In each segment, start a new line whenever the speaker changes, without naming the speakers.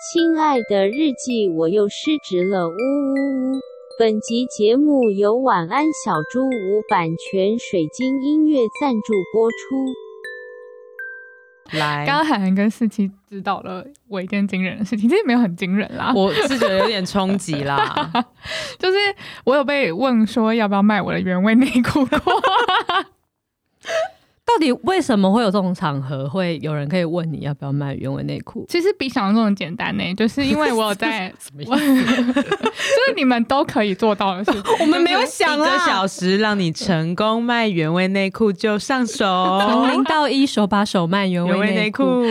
亲爱的日记，我又失职了，呜呜呜！本集节目由晚安小猪屋版权水晶音乐赞助播出。
来，
刚刚海涵跟四七知道了我一件惊人的事情，其实没有很惊人啦，
我是觉得有点冲击啦。
就是我有被问说要不要卖我的原味内 裤过，
到底为什么会有这种场合，会有人可以问你要不要卖原味内裤？，
其实比想象中的简单呢、就是因为我有在
什么意
我 就是你们都可以做到的事情。
我们没有
一
想
个
啊，
小时让你成功卖原味内裤就上
从
手，
零到一手把手卖原
哦原味
味内
内
裤，
裤，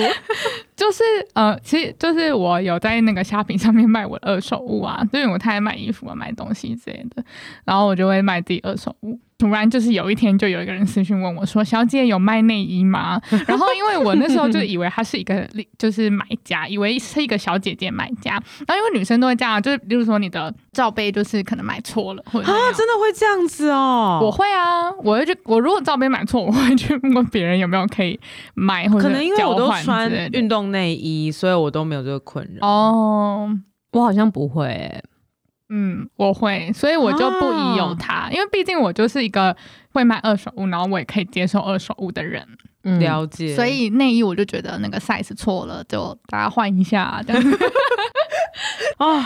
就是呃，其实就是我有在那个虾皮上面卖我的二手物啊，就是我太爱买衣服啊、买东西之类的，然后我就会卖自己二手物。突然就是有一天，就有一个人私讯问我说：“小姐有卖内衣吗？”然后因为我那时候就以为她是一个就是买家，以为是一个小姐姐买家。然后因为女生都会这样，啊就是例如说你的罩杯就是可能买错了，或者怎么
啊，
样
真的会这样子哦？
我会啊，我会去。我如果罩杯买错，我会去问别人有没有可以买，或者
可能因为我
交
都
换之
穿
类的
运动内衣，所以我都没有这个困扰。
哦。
我好像不会欸、
嗯，我会，所以我就不疑有他，因为毕竟我就是一个会卖二手物，然后我也可以接受二手物的人，
嗯
了解，
所以内衣我就觉得那个 size 错了，就大家换一下这样 子。
哦，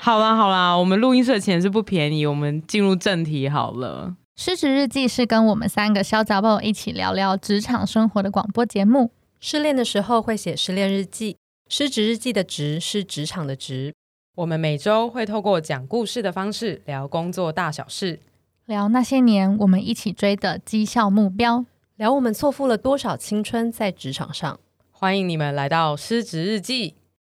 好啦好啦，我们录音室的钱是不便宜，我们进入正题好了。
失职日记是跟我们三个小杂宝一起聊聊职场生活的广播节目。
失恋的时候会写失恋日记，失职日记的职是职场的职。
我们每周会透过讲故事的方式聊工作大小事。
聊那些年我们一起追的绩效目标。
聊我们错付了多少青春在职场上。
欢迎你们来到《失职日记》。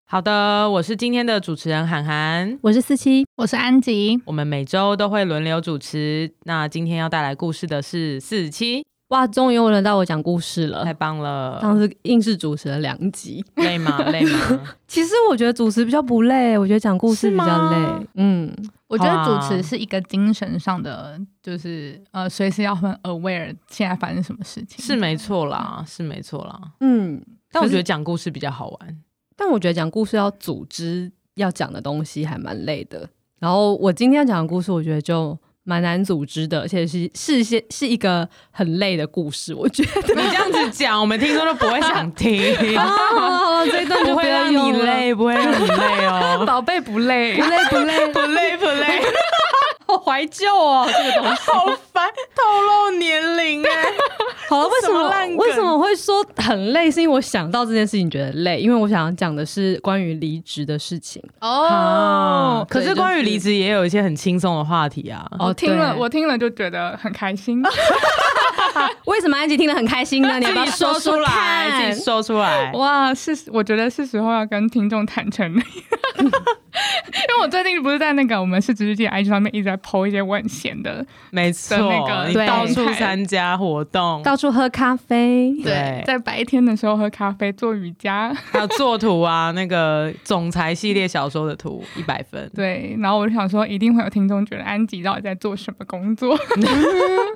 好的，我是今天的主持人涵涵，
我是四七，
我是安吉，
我们每周都会轮流主持。那今天要带来故事的是四七，
哇，终于轮到我讲故事了
太。棒了，
上次硬是主持了两集，
累 吗？累吗？
其实我觉得主持比较不累，我觉得讲故事比
是
较
吗
累。嗯，
我觉得
哇
主持是一个精神上的，就是呃，随时要很 aware 现在发生什么事情。
是没错啦，是没错啦。
嗯，
但我觉得
可是
讲故事比较好玩。
但我觉得讲故事要组织要讲的东西还蛮累的。然后我今天要讲的故事，我觉得就蛮难组织的，而且是是一些是一个很累的故事。我觉得
你这样子讲，我们听众都不会想听，
啊， 这一段就
不会
要
让
用
你
了，
累，不会让你累 哦。
宝贝不累
不，累不累，
不累不累，
好怀旧哦，这个东西。
好烦，透露年龄哎、
好了，为
什
什
么
么
烂梗
为什么会说很累？是因为我想到这件事情觉得累，因为我想要讲的是关于离职的事情。
哦
啊！哦可
对
是
就是
关于离职也有一些很轻松的话题啊。
我听了，
对
我听了就觉得很开 心。
为什么安吉听得很开心呢？你要不要
自己说
说
出来，
看
自己说出来。
哇，是我觉得是时候要跟听众坦诚了， 因为我最近不是在那个我们是直接 IG 上面一直在 PO 一些我很闲的，
没错，
的那个
你
对
到处参加活动，
到处喝咖啡，
对
在白天的时候喝咖啡、做瑜伽，
还有作图啊， 那个总裁系列小说的图一百分。
对，然后我就想说，一定会有听众觉得安吉到底在做什么工 作。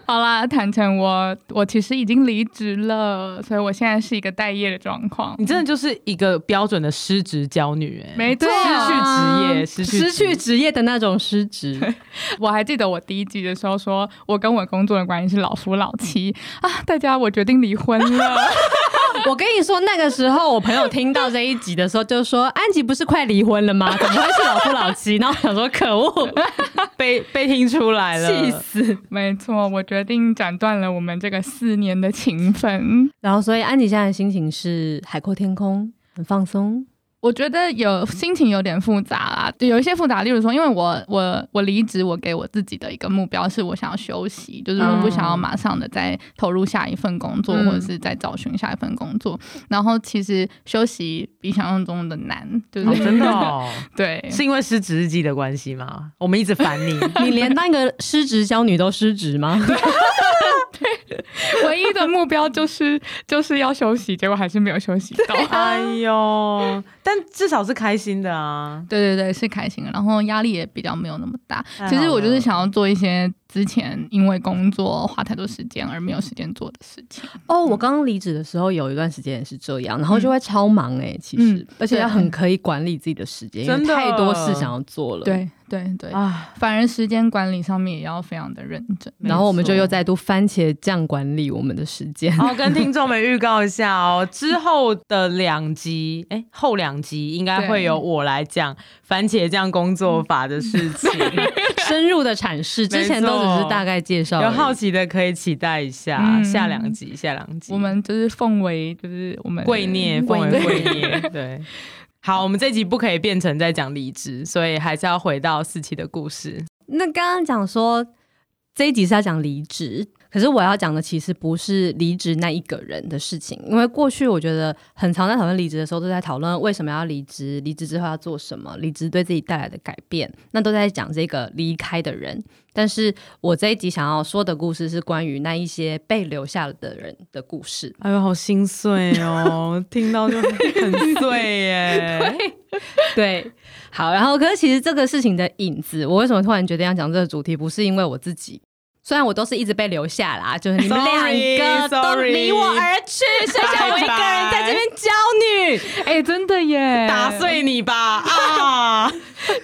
好啦，坦诚我我其实已经离职了，所以我现在是一个待业的状况。
你真的就是一个标准的失职娇女哎、
没错，
失去职业，
嗯失
失去
去
职
职业的那种失职。
我还记得我第一集的时候说，我跟我工作的关系是老夫老妻啊，大家我决定离婚了。
我跟你说，那个时候我朋友听到这一集的时候，就说：“安吉不是快离婚 了吗？怎么会是老夫老妻？”然后我想说：“可恶，
被被听出来了，
气死
没错，我决定斩断了我们这个四年的情分。！”
然后，所以安吉现在的心情是海阔天空，很 放松。
我觉得有心情有点复杂啦，有一些复杂，例如说，因为我我我离职，我给我自己的一个目标是我想要休息，就是我不想要马上的再投入下一份工作，
嗯
或者是再找寻下一份工作。然后其实休息比想象中的难，就是、
哦真的、哦，
对，
是因为失职日记的关系吗？我们一直烦你，
你连当一个失职娇女都失职吗？
唯一的目标就是就是要休息，结果还是没有休息到。
哎呦！但至少是开心的啊。
对对对，是开心的，然后压力也比较没有那么大
太。
其实
好
我就是
了
想要做一些之前因为工作花太多时间而没有时间做的事情。
哦，我刚刚离职的时候有一段时间也是这样，然后就会超忙哎、其实、
嗯
而且
对
要很可以管理自己的时间，因为
真的
太多事想要做了。，
对对对，
啊，
反而时间管理上面也要非常的认真。
然后我们就
没
又
错
再度番茄酱管理我们的时 间。
然后跟听众们预告一下 哦，之后的两集，哎，后两集应该会有我来讲番茄酱工作法的事情，
深入的阐释，之前都只是大概介绍而
有
已。
好奇的可以期待一下、
嗯
下两集，下两集
我们就是奉为就是我们
跪念，奉为
对
跪念，对。好，我们这集不可以变成在讲离职，所以还是要回到四期的故事。
那刚刚讲说这一集是要讲离职，可是我要讲的其实不是离职那一个人的事情，因为过去我觉得很常在讨论离职的时候，都在讨论为什么要离职，离职之后要做什么，离职对自己带来的改变，那都在讲这个离开的人。但是我这一集想要说的故事是关于那一些被留下的人的故事。
哎呦，好心碎哦，听到就很碎 耶。
对，好，然后可是其实这个事情的影子，我为什么突然决定要讲这个主题，不是因为我自己。虽然我都是一直被留下啦，就是你们
Sorry，
两个都
sorry
离我而去，剩下我一个人在这边教女。
哎、真的耶！
打碎你吧啊！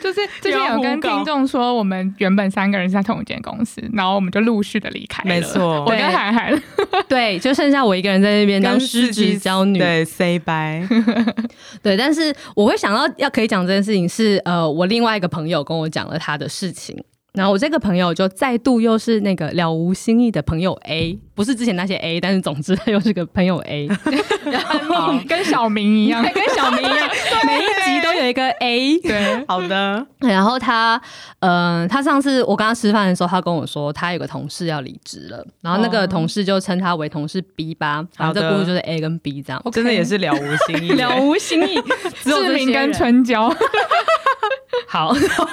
就是之前有跟听众说，我们原本三个人是在同一间公司，然后我们就陆续的离开了
没错
我跟
对
涵涵，
对，就剩下我一个人在那边当失职教女。
对，say bye。
对，但是我会想到要可以讲这件事情是，呃，我另外一个朋友跟我讲了他的事情，然后我这个朋友就再度又是那个了无新意的朋友 A，不是之前那些 A，但是总之他又是个朋友 A。
好 跟小明一样，
跟小明一样，每一集都有一个 A。
对，
好 的，
然后他，嗯、他上次我跟他吃饭的时候，他跟我说他有个同事要离职了，然后那个同事就称他为同事 B 吧。然后这
好的
故事就是 A 跟 B 这样，
真的也是了无新 意，
了无新意，只有
志
这
明
些
跟
人。
春娇，
好， 然后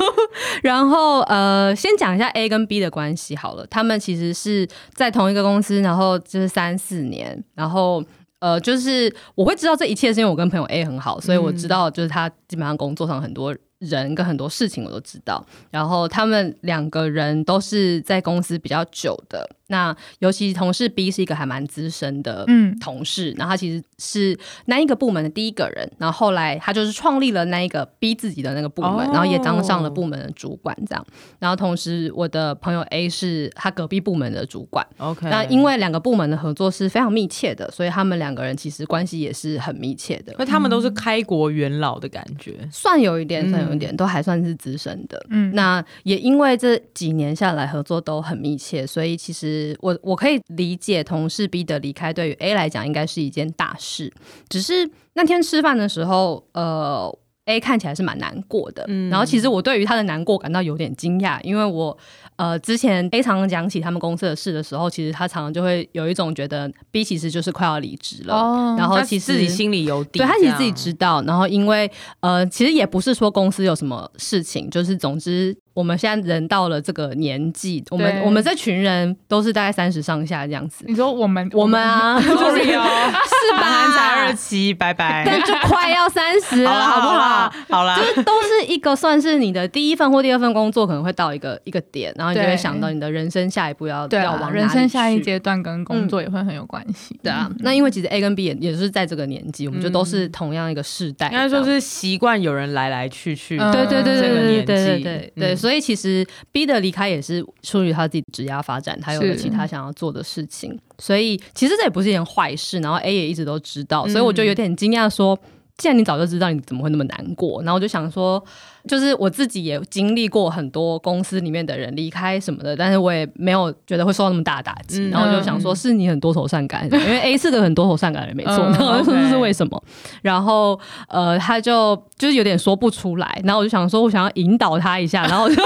然后呃，先讲一下 A 跟 B 的关系好了。他们其实是在同一个公司，然后就是三四年，然后呃，就是我会知道这一切是因为我跟朋友 A 很好，所以我知道就是他基本上工作上很多人跟很多事情我都知道。然后他们两个人都是在公司比较久的，那尤其同事 B 是一个还蛮资深的，
嗯，
同事，然后他其实是那一个部门的第一个人，然后后来他就是创立了那一个逼自己的那个部门，
哦
然后也当上了部门的主管这样。然后同时，我的朋友 A 是他隔壁部门的主管，
OK。
那因为两个部门的合作是非常密切的，所以他们两个人其实关系也是很密切的，
那他们都是开国元老的感觉，
算有一点，
嗯
算有一点，都还算是资深的。
嗯
那也因为这几年下来合作都很密切，所以其实我我可以理解同事 B 的离开对于 A 来讲应该是一件大事。只是那天吃饭的时候，呃，A 看起来是蛮难过的，
嗯
然后其实我对于他的难过感到有点惊讶，因为我呃之前 A 常常讲起他们公司的事的时候，其实他常常就会有一种觉得 B 其实就是快要离职了，
哦
然后
他
其实
自己心里有底，
对他其实自己
这
知
样
道，然后因为呃，其实也不是说公司有什么事情，就是总之我们现在人到了这个年纪，我们
对嗯
我们这群人都是大概三十上下这样子，
你说我们
我们啊，就是
Sorry 哦，
是
韩寒才
吧
二？七，拜拜。
但就快要三十了，好不好？？
好啦
就，是都是一个算是你的第一份或第二份工作，可能会到一个一个点，然后你就会
对
想到你的人生下一步要
对
要
啊，
往
人
哪里
生下一
去
阶段跟工作也会很有关系，嗯
对啊。那因为其实 A 跟 B 也也是在这个年纪，我们就都是同样一个世代，
应该
这
说
样
是习惯有人来来去去，
嗯
对对对
这个
对对对
年
对
纪
对
嗯
对，所以其实 B 的离开也是出于他自己职业发展，他有了
是
其他想要做的事情，所以其实这也不是一件坏事。然后 A 也一直都知道，所以
嗯
我就有点惊讶说。既然你早就知道，你怎么会那么难过？然后我就想说，就是我自己也经历过很多公司里面的人离开什么的，但是我也没有觉得会受到那么大打击。
嗯
然后我就想说，是你很多愁善感，因为 A 是个很多愁善感的人，没错。
嗯
然后我就说这是
OK
为什么？然后呃，他就就是有点说不出来，然后我就想说，我想要引导他一下，然后我就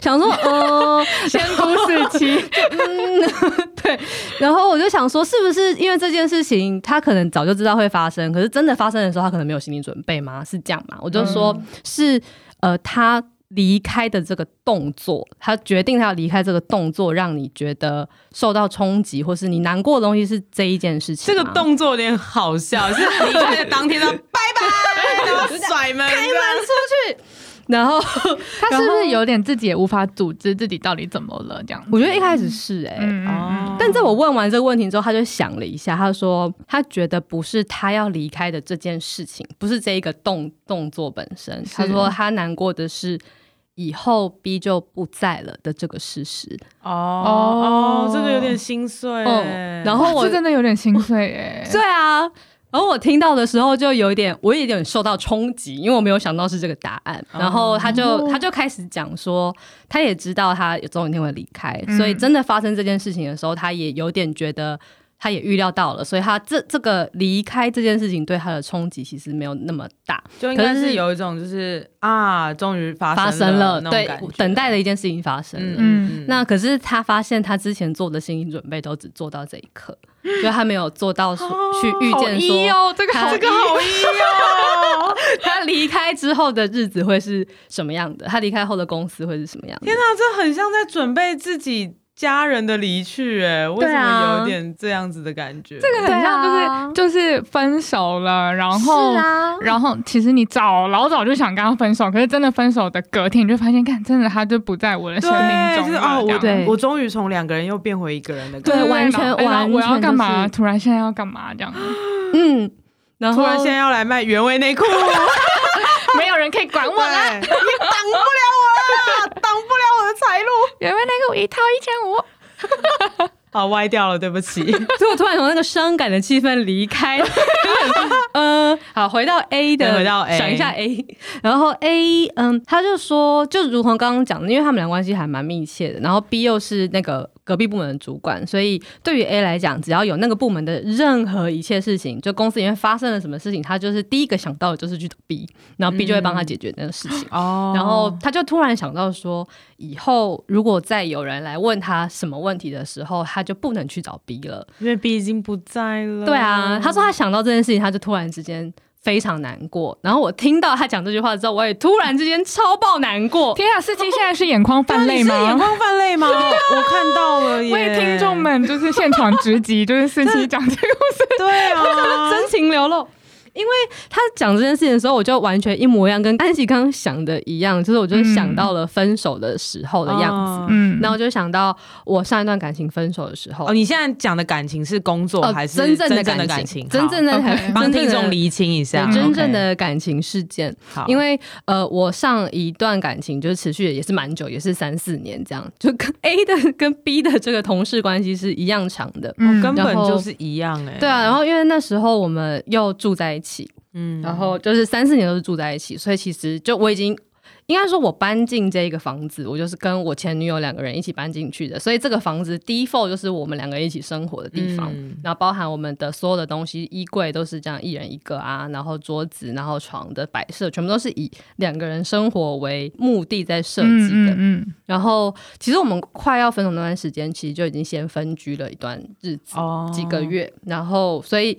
想说，呃，
仙姑四期，
嗯 然后我就想说，是不是因为这件事情，他可能早就知道会发生，可是真的发生的时候，他可能没有心理准备吗？是这样吗？我就说、是，呃，他离开的这个动作，他决定他要离开这个动作，让你觉得受到冲击，或是你难过的东西是这一件事情
这
吗。
个动作有点好笑，是离开的当天他拜拜，然后甩门，开门
然后
他是不是有点自己也无法组织自己到底怎么了这样子？
我觉得一开始是哎、
嗯，嗯嗯
哦
但在我问完这个问题之后，他就想了一下，他说他觉得不是他要离开的这件事情，不是这一个动动作本身。
是
他说他难过的是以后 B 就不在了的这个事实。
哦
哦
哦，这个有点心碎
哦
欸。
然
嗯哇
后我
这真的有点心碎 哎。
对啊，然后我听到的时候就有一点，我也有点受到冲击，因为我没有想到是这个答案。
哦
然后他就、他就开始讲说，他也知道他总有一天会离开，
嗯
所以真的发生这件事情的时候，他也有点觉得。他也预料到了，所以他这这个离开这件事情对他的冲击其实没有那么大，
就应该
可
是
是
有一种就是啊，终于发
发
生
生了，
那种
对
感觉，
等待的一件事情发生了。
嗯
那可是他发现他之前做的心理准备都只做到这一刻，就他没有做到说去预见说，
一哦，这个
他
哦好一
好意哦！ 他离开之后的日子会是什么样的？他离开后的公司会是什么样的？
天哪， 这很像在准备自己家人的离去，哎，为
对
什
啊
么有点这样子的感觉？这
很像就是、啊就是分手了，然后、
是啊
然后其实你早老早就想跟他分手，可是真的分手的隔天你就发现，看真的他就不在我的生命
对，
中
就是
了。
哦，
这
我
样
对
我终于从两个人又变回一个人的感
对
觉。
完全
然后哎
完全
我要干嘛？
就是
突然现在要干嘛？这 样
嗯，然
突
后
然现在要来卖原味内 裤，
没有人可以管我啦。
对，你挡不了我了，挡不了我的财路。
原来那个一套一千五，
好，歪掉了，对不起。
所以我突然从那个伤感的气氛离开， 呃，好，回到 A 的，
对回到 A
想一下 A，然后 A，嗯，他就说，就如同刚刚讲的，因为他们俩关系还蛮密切的，然后 B 又是那个隔壁部门的主管，所以对于 A 来讲，只要有那个部门的任何一切事情，就公司里面发生了什么事情，他就是第一个想到的就是去找 B，然后 B 就会帮他解决那个事情。
哦
然后他就突然想到说，以后如果再有人来问他什么问题的时候，他就不能去找 B 了。
因为 B 已经不在了。
对啊，他说他想到这件事情，他就突然之间非常难过。然后我听到他讲这句话之后，我也突然之间超爆难过。
天啊！司机现在是眼眶泛泪
你是眼
吗？
眶泛泪 吗？我看到了耶！
为听众，们就是现场直击，就是司机讲这个故事，
对啊，
真情流露。因为他讲这件事情的时候，我就完全一模一样，跟安琪刚刚想的一样，就是我就想到了分手的时候的样子，
嗯
嗯，
然后我就想到我上一段感情分手的时候，
哦，你现在讲的感情是工作
哦
还是
真正的
真
感
的感
情
情？
真正的
好
感
，OK
好帮
真正
听
的
众厘清一下
嗯，
对真
OK
正的感情事件。
好
因为呃，我上一段感情就是持续的也是蛮久，也是三四年这样，就 跟 A 的跟 B 的这个同事关系是一样长的。
嗯
哦根本
然后
就是一样哎。
对啊，然后因为那时候我们又住在一起，
嗯，
然后就是三四年都是住在一起，所以其实就我已经应该说，我搬进这个房子，我就是跟我前女友两个人一起搬进去的，所以这个房子 default 就是我们两个人一起生活的地方，
嗯
然后包含我们的所有的东西，衣柜都是这样一人一个啊，然后桌子，然后床的摆设，全部都是以两个人生活为目的在设计的。
嗯嗯
然后其实我们快要分手那段时间，其实就已经先分居了一段日子。
哦
几个月，然后所以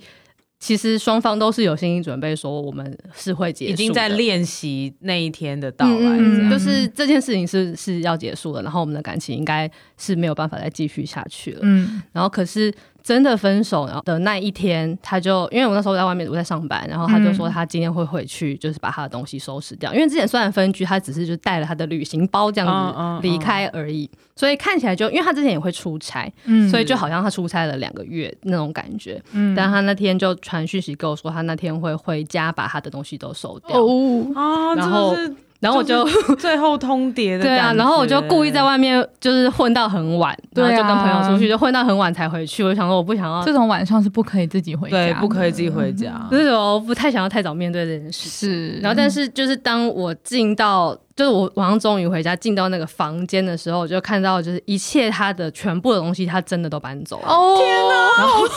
其实双方都是有心理准备，说我们是会结束的，
已经在练习那一天的到来，
嗯，
这
嗯嗯
样
就是这件事情是是要结束了，然后我们的感情应该是没有办法再继续下去了。
嗯
然后可是真的分手然后的那一天，他就因为我那时候在外面我在上班，然后他就说
嗯
他今天会回去，就是把他的东西收拾掉。因为之前虽然分居，他只是就带了他的旅行包这
嗯嗯
样
嗯
子离开而已，所以看起来就因为他之前也会出差，
嗯，
所以就好像他出差了两个月那种感觉。
嗯
但他那天就传讯息跟我说，他那天会回家把他的东西都收掉。
哦，
啊，
嗯然后
这个
然后我就是
最后通牒的
对啊，
感
然后我就
觉
故意在外面就是混到很晚，然
对啊
后就跟朋友出去，就混到很晚才回去。我就想说，我不想要，
这种晚上是不可以自己回家
对
的，，
不可以自己回家，
就是我不太想要太早面对这件事。
是，
然后，但是就是当我进到，就是我晚上终于回家，进到那个房间的时候，我就看到就是一切他的全部的东西，他真的都搬走了。
哦，天哪，
然后，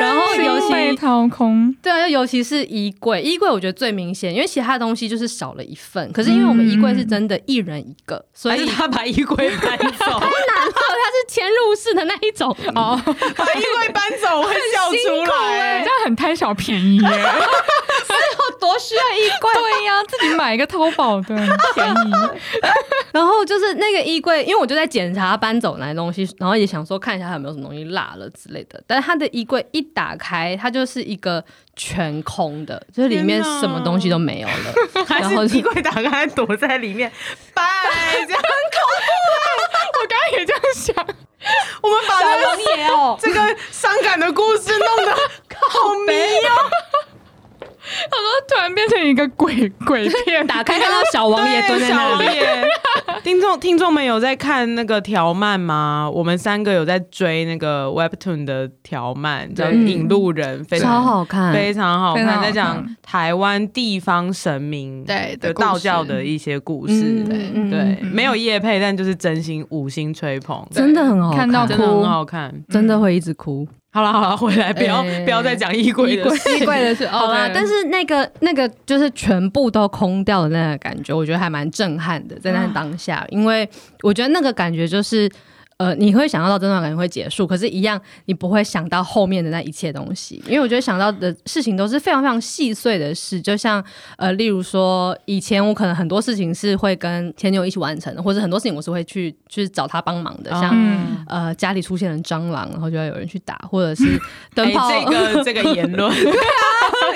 然后尤
心被
其
掏空，
对啊，就尤其是衣柜，衣柜我觉得最明显，因为其他东西就是少了一份。可是因为我们衣柜是真的一人一个，所
还
以
是他把衣柜搬 走，
难道它是嵌入式的那一种哦？
把
欸
衣柜搬走，我会笑出来。
这样很贪小便宜耶，
最后
多需要衣柜。
对呀、自己买一个淘宝的便宜。
然后就是那个衣柜，因为我就在检查搬走哪些东西，然后也想说看一下它有没有什么东西落了之类的。但是它的衣柜一打开，它就是一个全空的，就是里
天
面
哪
什么东西都没有 了。
还
然后
是
就
衣柜打开躲在里面，拜这样。
我刚刚也这样想，
我们把这个
王爷哦，
这个伤感的故事弄得好迷哦，
我说突然变成一个鬼鬼片，
打开看到小王爷蹲在那里，
里。听众听众们有在看那个条漫吗？我们三个有在追那个 Webtoon 的条漫，叫《
对
引路人》，非
嗯超
常
好看。
非常好
非常
看，
好
在讲
看
台湾地方神明
对
的
的故
道教
事
的一些故事。
嗯嗯
对，没有叶配，但就是真心五星吹捧，
真的很好看
看到
真的很
哭，
好看。
真的会一直哭。
好了好了，回来不要、
哎
不要再讲衣柜 的事。
衣柜的是哦，
好啦，
对
但是那个那个就是全部都空掉的那个感觉，我觉得还蛮震撼的，在
啊
那当下，因为我觉得那个感觉就是。呃，你会想到这段感觉会结束，可是，一样你不会想到后面的那一切东西，因为我觉得想到的事情都是非常非常细碎的事，就像呃，例如说，以前我可能很多事情是会跟前女友一起完成的，或者很多事情我是会去去找他帮忙的，像、
嗯，
呃家里出现了蟑螂，然后就要有人去打，或者 是灯泡、
哎这 个这个言论，
因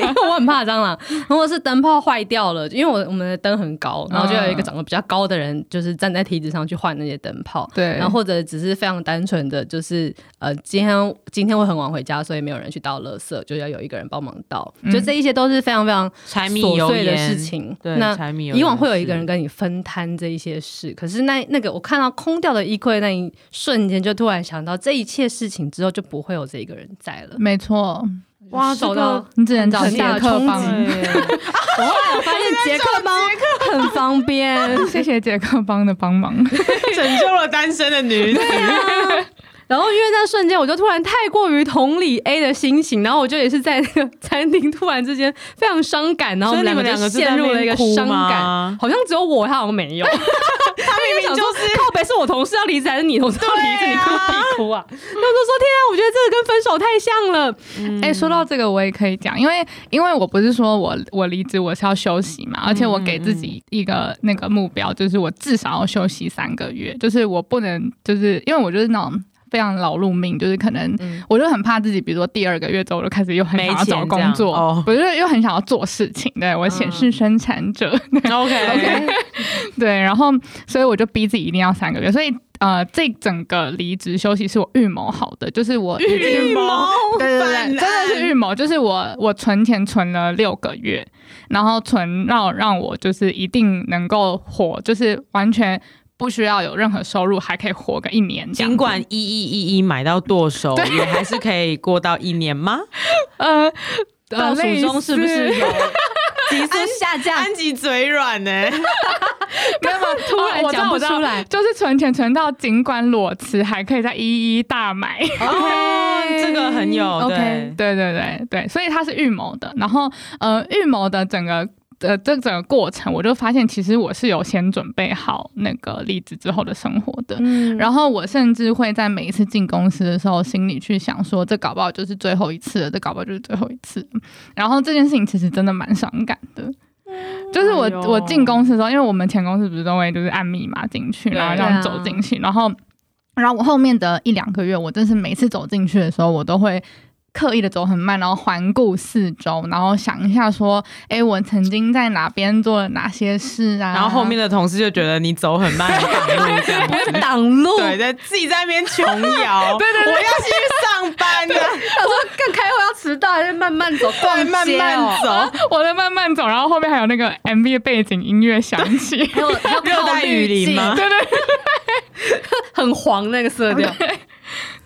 为我很怕蟑螂，然后是灯泡坏掉了，因为我我们的灯很高，然后就有一个长得比较高的人，就是站在梯子上去换那些灯泡。
对，
然后或者只是非常单纯的，就是呃，今天今天会很晚回家，所以没有人去倒垃圾，就要有一个人帮忙倒。
嗯
就这一些都是非常非常
柴米
琐
油
碎的
盐
事。情。
对，
那
柴米油盐
以往会有一个人
是
跟你分摊这一些事，可是那那个我看到空掉的衣柜那一瞬间，就突然想到这一切事情之后就不会有这一个人在了。
没错，
哇，这
受到
个
你只能找
很
杰
大的
克
冲
帮。
嗯 对
我后来发现杰克帮很方便。
谢谢杰克帮的帮忙，
拯救了单身的女子。
啊然后因为那瞬间，我就突然太过于同理 A 的心情，然后我就也是在那个 餐厅突然之间非常伤感，然后
所以
我
你们
们
两
两个
个
就陷入了一个伤感，好像只有我，他好像没有。 他明明就是靠北是我同事要离职还是你同事要离职，你哭屁哭啊！他就说天啊，我觉得这个跟分手太像了。
嗯
哎、说到这个我也可以讲，因为因为我不是说我我离职我是要休息嘛，而且我给自
嗯
己一个那个目标，就是我至少要休息三个月，就是我不能就是因为我就是那种。非常劳碌命，就是可能我就很怕自己，比如说第二个月之后我就开始又很想要
嗯没钱
找
这
工
样
作，
哦嗯
我就又很想要做事情，对我显示生产者，
OK，
对，然后所以我就逼自己一定要三个月，所以呃，这整个离职休息是我预谋好的，就是我已经
预谋，啊
对对对，真的是预谋，就是我我存钱存了六个月，然后存让让我就是一定能够活，就是完全不需要有任何收入，还可以活个一年这样子。
尽管一一一一买到剁手，
对
也还是可以过到一年 吗？
呃
倒数中是不是有？急速下降？
安吉嘴软呢、
干嘛 突然
我知
讲
道
不
我知道
出来？
就是存钱存到尽管裸辞，还可以再一一大买。
哦，这个很有
OK
对
对对对对，所以它是预谋的。然后呃，预谋的整个。呃，这整个过程，我就发现其实我是有先准备好那个离职之后的生活的，
嗯
然后我甚至会在每一次进公司的时候，心里去想说，这搞不好就是最后一次了，这搞不好就是最后一次。然后这件事情其实真的蛮伤感的。就是我、
哎呦
我进公司的时候，因为我们前公司不是都会就是按密码进去，
对啊
然后这样走进去，然后然后我后面的一两个月，我真是每次走进去的时候，我都会刻意的走很慢，然后环顾四周，然后想一下说，哎，我曾经在哪边做了哪些事啊？
然后后面的同事就觉得你走很慢，很挡路这样子。
挡路，
对，在自己在那边 琼瑶，对对对，我要先去上 班啊的，
他说干开会要迟到，还是慢慢走，哦
对，慢慢走。
我在慢慢走，然后后面还有那个 MV 的背景音乐响起，
还有 还有
热带雨林吗？？
对对
很黄那个色调，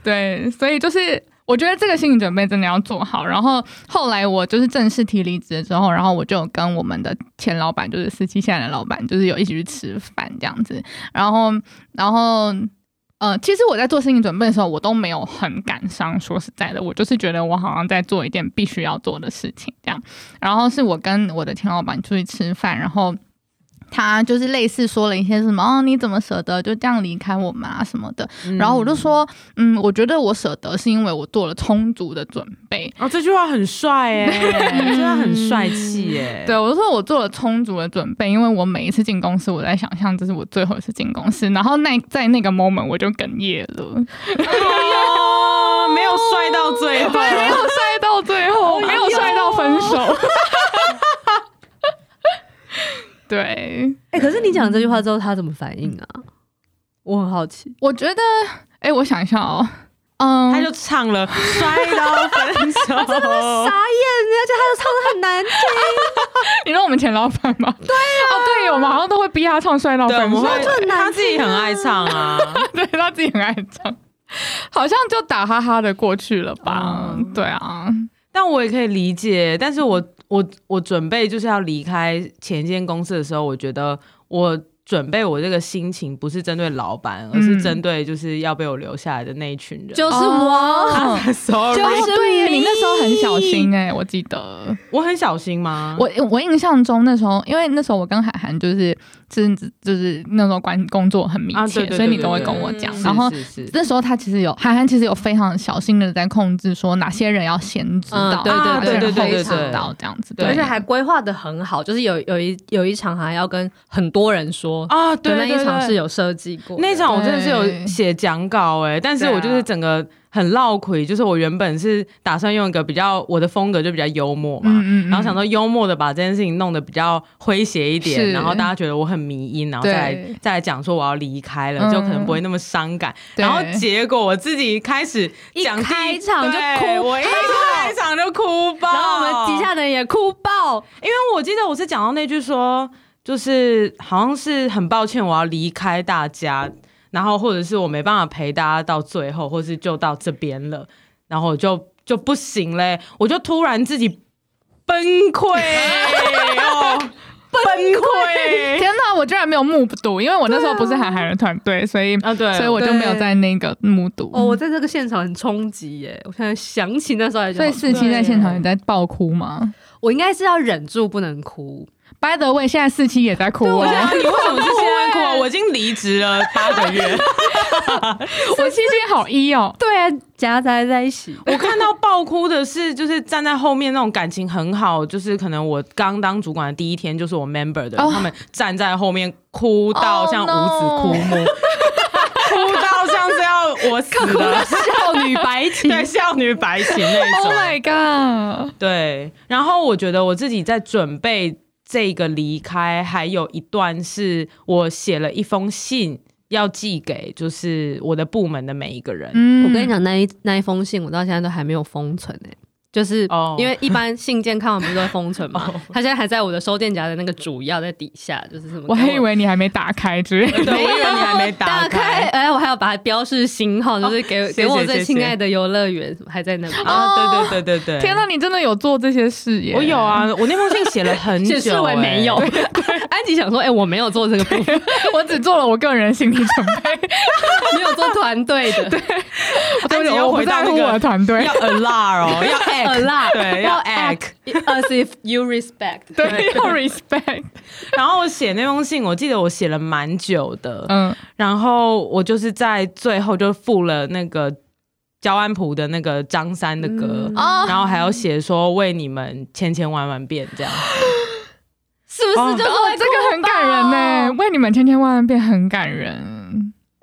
对，所以就是我觉得这个心理准备真的要做好。然后后来我就是正式提离职之后，然后我就有跟我们的前老板，就是司机现在的老板，就是有一起去吃饭这样子。然后，然后。呃，其实我在做心理准备的时候，我都没有很感伤。说实在的，我就是觉得我好像在做一件必须要做的事情，这样。然后是我跟我的前老板出去吃饭，然后
他就是类似说了一些什么，哦，你怎么舍得就这样离开我嘛
啊
什么的。然后我就说，嗯，我觉得我舍得是因为我做了充足的准备。
哦，这句话很帅哎、这句话很帅气 哎。
对，我就说我做了充足的准备，因为我每一次进公司，我在想象这是我最后一次进公司，然后那在那个 moment 我就哽咽了，
哦，没有帅到最后，
没有帅到最 后，没有帅到分手。 对，
哎、可是你讲这句话之后，他怎么反应啊？我很好奇。
我觉得，哎、我想一下哦，嗯，
他就唱了摔到分 手。
而且他唱的很难听，
你说我们前老板吗？对啊，哦，对，我们好像都会逼他唱《衰老
对，我
分
们
手
会》，
很难
他自己很爱唱啊。
对他自己很爱唱，好像就打哈哈的过去了吧？
嗯
对啊，
但我也可以理解，但是我
嗯
我我准备就是要离开前一间公司的时候，我觉得我准备我这个心情不是针对老板，而是针对就是要被我留下来的那一群人。
嗯就是我，
sorry，
就是
哦对耶你那时候很小心哎、我记得
我很小心吗？
我我印象中那时候，因为那时候我跟海涵就是是就是那时候关工作很密切，
啊对对对
所以你都会跟我讲，
是
然后。
是是
那时候他其实有海涵，其实有非常小心的在控制，说哪些人要先知道，
嗯对
哪些人
对对对
后
对
知
对
道这样子，
对
对嗯
而且还规划的很好，就是有有一有一场还要跟很多人说，
啊，对
对，那
对
一场
对
是有设计过的，
那场我真的是有
对
写讲稿哎、但是
对啊
我就是整个很绕亏，就是我原本是打算用一个比较我的风格就比较幽默嘛，
嗯嗯嗯
然后想说幽默的把这件事情弄得比较诙谐一点，
是
然后大家觉得我很迷因，然后再来
对
再来讲说我要离开了，
嗯
就可能不会那么伤感。
对
然后结果我自己开始讲第
嗯一开场就哭啊
对我一开场就哭爆，
然后我们底下的人也哭爆，
因为我记得我是讲到那句说，就是好像是很抱歉，我要离开大家，然后或者是我没办法陪大家到最后，或是就到这边了，然后我就就不行嘞，我就突然自己崩溃、哦，崩溃哎
天哪，我居然没有目睹，因为我那时候不是韩寒的团队，所以、
啊！对，
所以我就没有在那个目睹。
哦，我在这个现场很冲击耶！我现在想起那时候还觉
所
得
以
好，
四七在现场也在爆哭吗
我应该是要忍住不能哭。
？By the way，现在四七也在哭、
对 啊
哦。
你为什么是现在哭啊？我已经离职了八个月，
我七七好一哦，
对啊，夹杂在一起。
我看到爆哭的是，就是站在后面那种感情很好，就是可能我刚当主管的第一天，就是我 member 的人
哦
他们站在后面哭
哦
到像五子枯木 哭到像是要我死了，
少女白情
对，少女白情那
Oh
种。
my god！
对，然后我觉得我自己在准备这个离开，还有一段是我写了一封信要寄给就是我的部门的每一个人。
嗯
我跟你，讲，那一那一封信，我到现在都还没有封存哎、就是
哦
因为一般信件看完不是都会封存 嘛，他现在还在我的收件夹的那个主要在底下，就是什么给？
我还以为你还没打开之类的。
对，我以为你还没打
打开，
开。哦
哎，我还要把它标示星号，就是给
谢谢
给我
谢
最
谢
亲爱的游乐园还在那边。哦
啊，对对对对对，
天哪，你真的有做这些事耶！
我有，啊，我那封信写了 很久、
显示为没有，
哎
安吉想说：“哎、我没有做这个部分，
我只做了我个人心理准备，
没有做团队 的。”
安吉又
我
回
不
到
在
那
乎我的
个
团队
要。alar 哦， 要 act，
alar
对，要
要
act。
as if you respect。
对，要 respect。
然后我写那封信，我记得我写了蛮久的，
嗯，
然后我就是在最后就附了那个焦安普的那个张三的歌，
哦
然后还有写说为你们千千万万遍这样。
是不是就
哦，这个很感人呢，为你们千千万万遍很感人。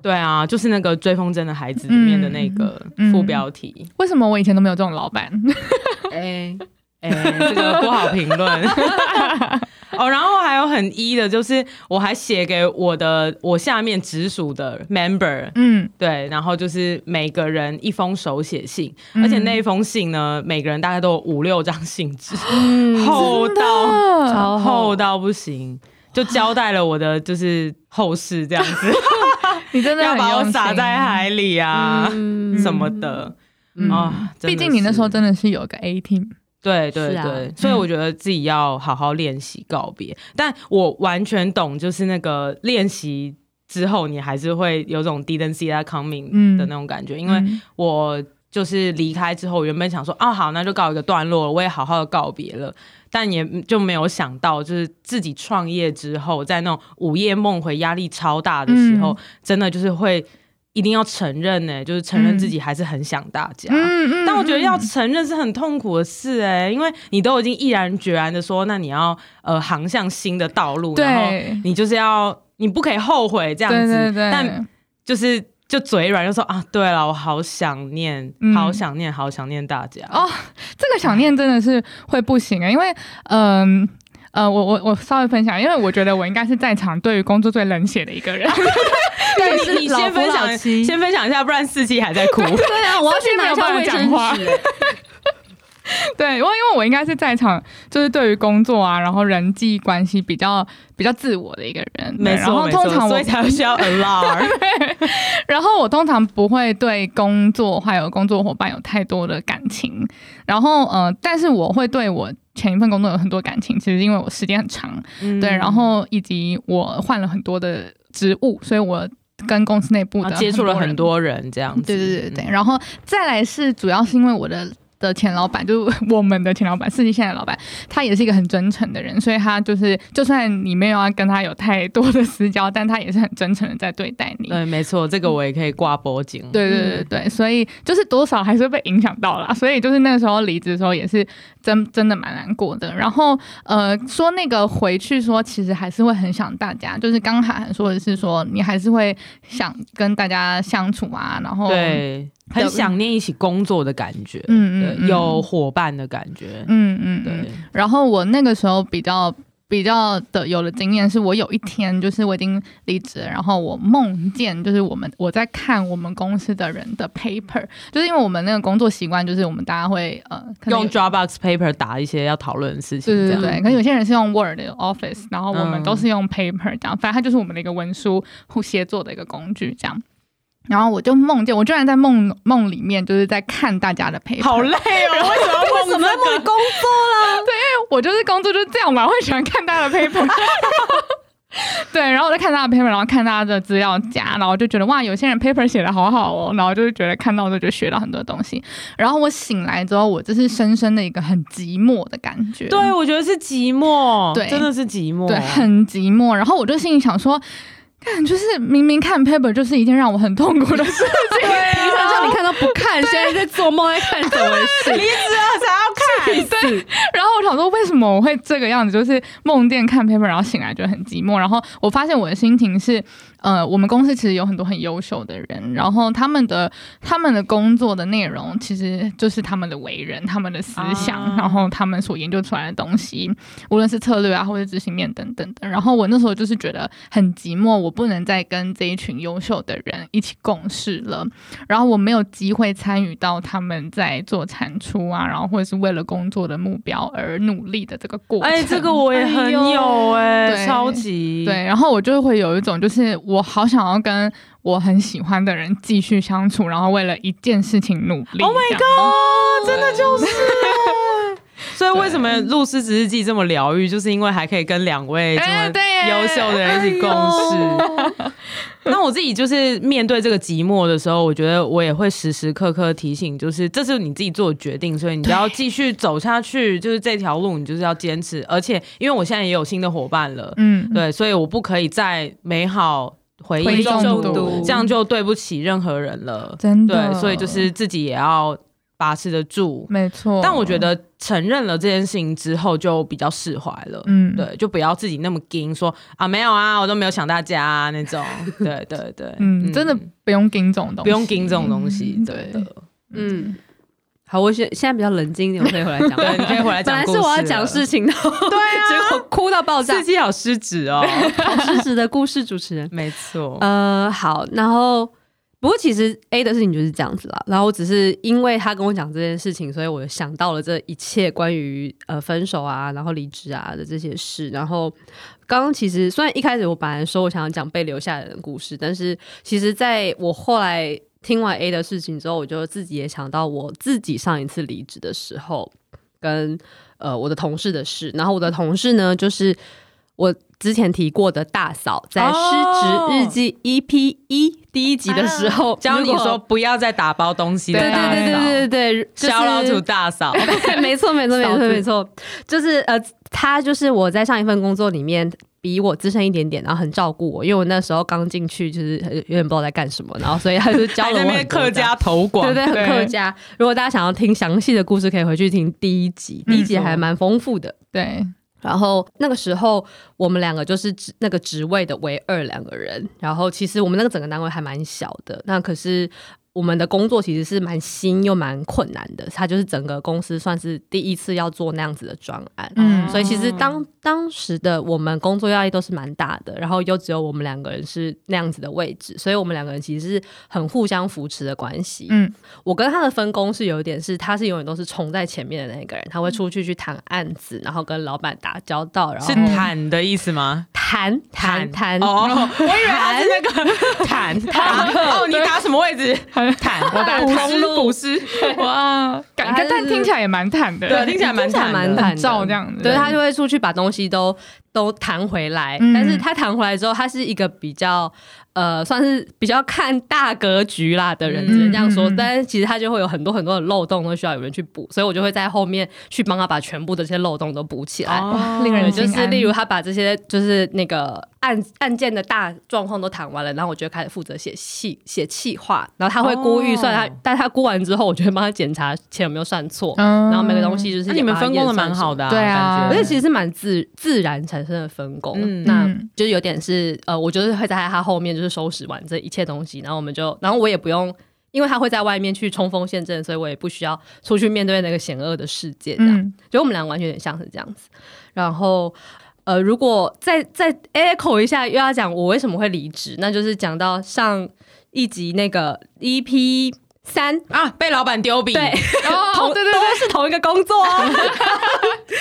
对啊，就是那个《追风筝的孩子》里面的那个
嗯
副标题。
为什么我以前都没有这种老板？
哎、
哎、这个不好 评论。哦，然后还有很一的，就是我还写给我的我下面直属的 member，
嗯，
对，然后就是每个人一封手写信，
嗯
而且那一封信呢，每个人大概都有五六张信纸，
嗯
嗯
厚到
哦
超厚
厚到不行，就交代了我的就是后事这样子，
你 真的
要
很
把我
用
撒
心
在海里啊、
嗯
什么的。
嗯
啊，真的
毕竟你那
是
时候真的是有一个 A team，
对对
是啊
对，所以我觉得自己要好好练习告别。但我完全懂，就是那个练习之后，你还是会有种 didn't see that coming
嗯
的那种感觉，因为我就是离开之后，我原本想说，哦，好，那就告一个段落了，我也好好的告别了，但也就没有想到，就是自己创业之后，在那种午夜梦回、压力超大的时候，
嗯
真的就是会一定要承认呢、就是承认自己还是很想大家。
嗯
啊但我觉得要
嗯
承认是很痛苦的事哎、因为你都已经毅然决然的说，那你要呃航向新的道路，然后
对
你就是要你不可以后悔这样
对
子，
对对，
但就是就嘴软就说啊，对了，我好想念，
嗯
好想念，好想念大 家。
哦这个想念真的是会不行啊，因为嗯。呃，我我我稍微分享，因为我觉得我应该是在场对于工作最冷血的一个人。
对
是
你
老
先
夫
分
老
享，
妻
先分享一下，不然四期还在 哭。
对啊，我要去拿一下卫
上去没有
生
办法
纸、欸。
对，因为因为我应该是在场，就是对于工作啊，然后人际关系比较比较自我的一个人。对
没
然
错，
后
没
通
错，
常我
所以才会 需要 alarm。
然后我通常不会对工作还有工作伙伴有太多的感情，然后呃，但是我会对我前一份工作有很多感情，其实因为我时间很长，
嗯
对，然后以及我换了很多的职务，所以我跟公司内部
啊
的
接触了
人
很多人，这样子。
对对对对，
嗯
然后再来是主要是因为我的的前老板，就是我们的前老板，四季现在的老板，他也是一个很真诚的人，所以他就是就算你没有要跟他有太多的私交，但他也是很真诚的在对待你。
对，没错，这个我也可以挂脖颈。
对对
嗯
对对，所以就是多少还是被影响到啦，所以就是那时候离职的时候也是真真的蛮难过的。然后呃，说那个回去说，其实还是会很想大家，就是刚涵涵说的是说你还是会想跟大家相处啊，然后
对，很想念一起工作的感觉，
嗯嗯
对
嗯
有伙伴的感觉，
嗯嗯嗯
对，，
然后我那个时候比较比较的有的经验是，我有一天就是我已经离职了，然后我梦见就是我们我在看我们公司的人的 paper，就是因为我们那个工作习惯就是我们大家会呃可能有
用 Dropbox paper 打一些要讨论的事情，
对
这
对
样
对，可能有些人是用 Word 有 Office，然后我们
嗯
都是用 paper 这样，反正它就是我们的一个文书互协作的一个工具这样。然后我就梦见，我居然在梦梦里面就是在看大家的 paper，
好累 哦，为什么
为什么要梦工作？
我就是工作就是这样嘛，会喜欢看大家的 paper。对，然后我就看大家的 paper，然后看大家的资料夹，然后就觉得哇，有些人 paper 写的好好哦，然后就是觉得看到之后就学到很多东西。然后我醒来之后，我这是深深的一个很寂寞的感觉，
对，我觉得是寂寞，
对
真的是寂寞，
对， 很寂寞。然后我就心里想说，看，就是明明看 paper 就是一件让我很痛苦的事情，
啊
平常叫你看都不看，现在在做梦在看怎么回事？
然后我想说，为什么我会这个样子？就是梦见看 paper，然后醒来觉得很寂寞。然后我发现我的心情是，呃，我们公司其实有很多很优秀的人，然后他们的他们的工作的内容其实就是他们的为人、他们的思想，
啊
然后他们所研究出来的东西，无论是策略啊，或者执行面等等的。然后我那时候就是觉得很寂寞，我不能再跟这一群优秀的人一起共事了。然后我没有机会参与到他们在做产出啊，然后或者是为了工作的目标而努力的这个过程。
哎，这个我也很有哎、
对
超级
对，然后我就会有一种，就是我好想要跟我很喜欢的人继续相处，然后为了一件事情努力。
，Oh my
这样哦
god，真的 就是哎。所以为什么《露丝之日记》这么疗愈，就是因为还可以跟两位这
哎
么
对耶哎
优秀的人一起共事。 那我自己就是面对这个寂寞的时候，我觉得我也会时时刻刻提醒，就是这是你自己做的决定，所以你就要继续走下去，就是这条路你就是要坚持。而且因为我现在也有新的伙伴了，
嗯，
对，所以我不可以再美好回
回忆
忆中
中毒
毒，这样就对不起任何人了。
真的。嗯
对，所以就是自己也要把持得住。
没错。
但我觉，得承认了这件事情之后，就比较释怀了。
嗯，
对，就不要自己那么硬说啊，没有啊，我都没有想大家、啊、那 种。对对对，
嗯，真的不用盯这种东西，
不用盯这种东西，
嗯
对
对。
的。
嗯，好，我现现在比较冷静一点，我可以回来讲。
对，你可以回来
本
讲
来
故
是
事了。
我要讲事情的，对啊，结果哭到爆炸
刺。激好失职哦，
好失职的故事主持人。
没错。
呃，好，然后不过其实 A 的事情就是这样子啦。然后我只是因为他跟我讲这件事情，所以我想到了这一切关于呃分手啊，然后离职啊的这些事。然后刚刚其实虽然一开始我本来说我想要讲被留下来的人的故事，但是其实在我后来听完 A 的事情之后，我就自己也想到我自己上一次离职的时候跟呃我的同事的事。然后我的同事呢，就是我之前提过的大嫂在《失职日记》EP 一第一集的时候，
哦啊教你
如果
说不要再打包东西的
对
大
对
嫂，
对对对对，就是
小老鼠大嫂，
没错，没错，没
嫂
错，
子
没错，就是呃，他就是我在上一份工作里面比我资深一点点，然后很照顾我，因为我那时候刚进去，就是呃有点不知道在干什么，然后所以他就教
还
了
在
我
那
很
边
多
客
这样
家投广，
对对，很客家。如果大家想要听详细的故事，可以回去听第一集，第一集还蛮丰富的。
对，
然后那个时候，我们两个就是职那个职位的唯二两个人。然后其实我们那个整个单位还蛮小的，那可是我们的工作其实是蛮新又蛮困难的。它就是整个公司算是第一次要做那样子的专案，
嗯
哦
所以其实当当时的我们工作压力都是蛮大的。然后又只有我们两个人是那样子的位置，所以我们两个人其实是很互相扶持的关系。
嗯，
我跟他的分工是有一点是，他是永远都是冲在前面的那个人，他会出去去谈案子，然后跟老板打交道，然后
是坦的意思吗？
谈谈谈。
哦， 我以为他是那 个坦坦哦，你打什么位 置？坦，我打通路，哦不是，
哇，感
还是
但听起来也蛮坦的，
对，听起来蛮
听起来
坦
蛮
的。
坦
照
的，
这样子，
对他就会出去把东西都都弹回来，
嗯
但是他弹回来之后，他是一个比较呃，算是比较看大格局啦的
嗯
人，只能这样说
嗯嗯。
但是其实他就会有很多很多的漏洞都需要有人去补，所以我就会在后面去帮他把全部的这些漏洞都补起来。
哦
令人
就
心
是
安
例如他把这些就是那个案案件的大状况都谈完了，然后我就开始负责写细写气划，然后他会估预算，
哦
他、但他估完之后，我就会帮他检查钱有没有算错，
嗯
然后每个东西就是、
那你们分工的蛮好
的。
的，
对啊
感
而
觉
且其实是蛮自自然产生的分工，
嗯
那
嗯
就是有点是呃，我就是会在他后面就是收拾完这一切东西，然后我们就，然后我也不用，因为他会在外面去冲锋陷阵，所以我也不需要出去面对那个险恶的世界，这样。
嗯，
觉得我们俩完全有点像是这样子。然后，呃，如果再再 echo 一下，又要讲我为什么会离职，那就是讲到上一集那个 EP 三，
啊，被老板丢笔，
对，
哦，对对
都是同一个工作哦。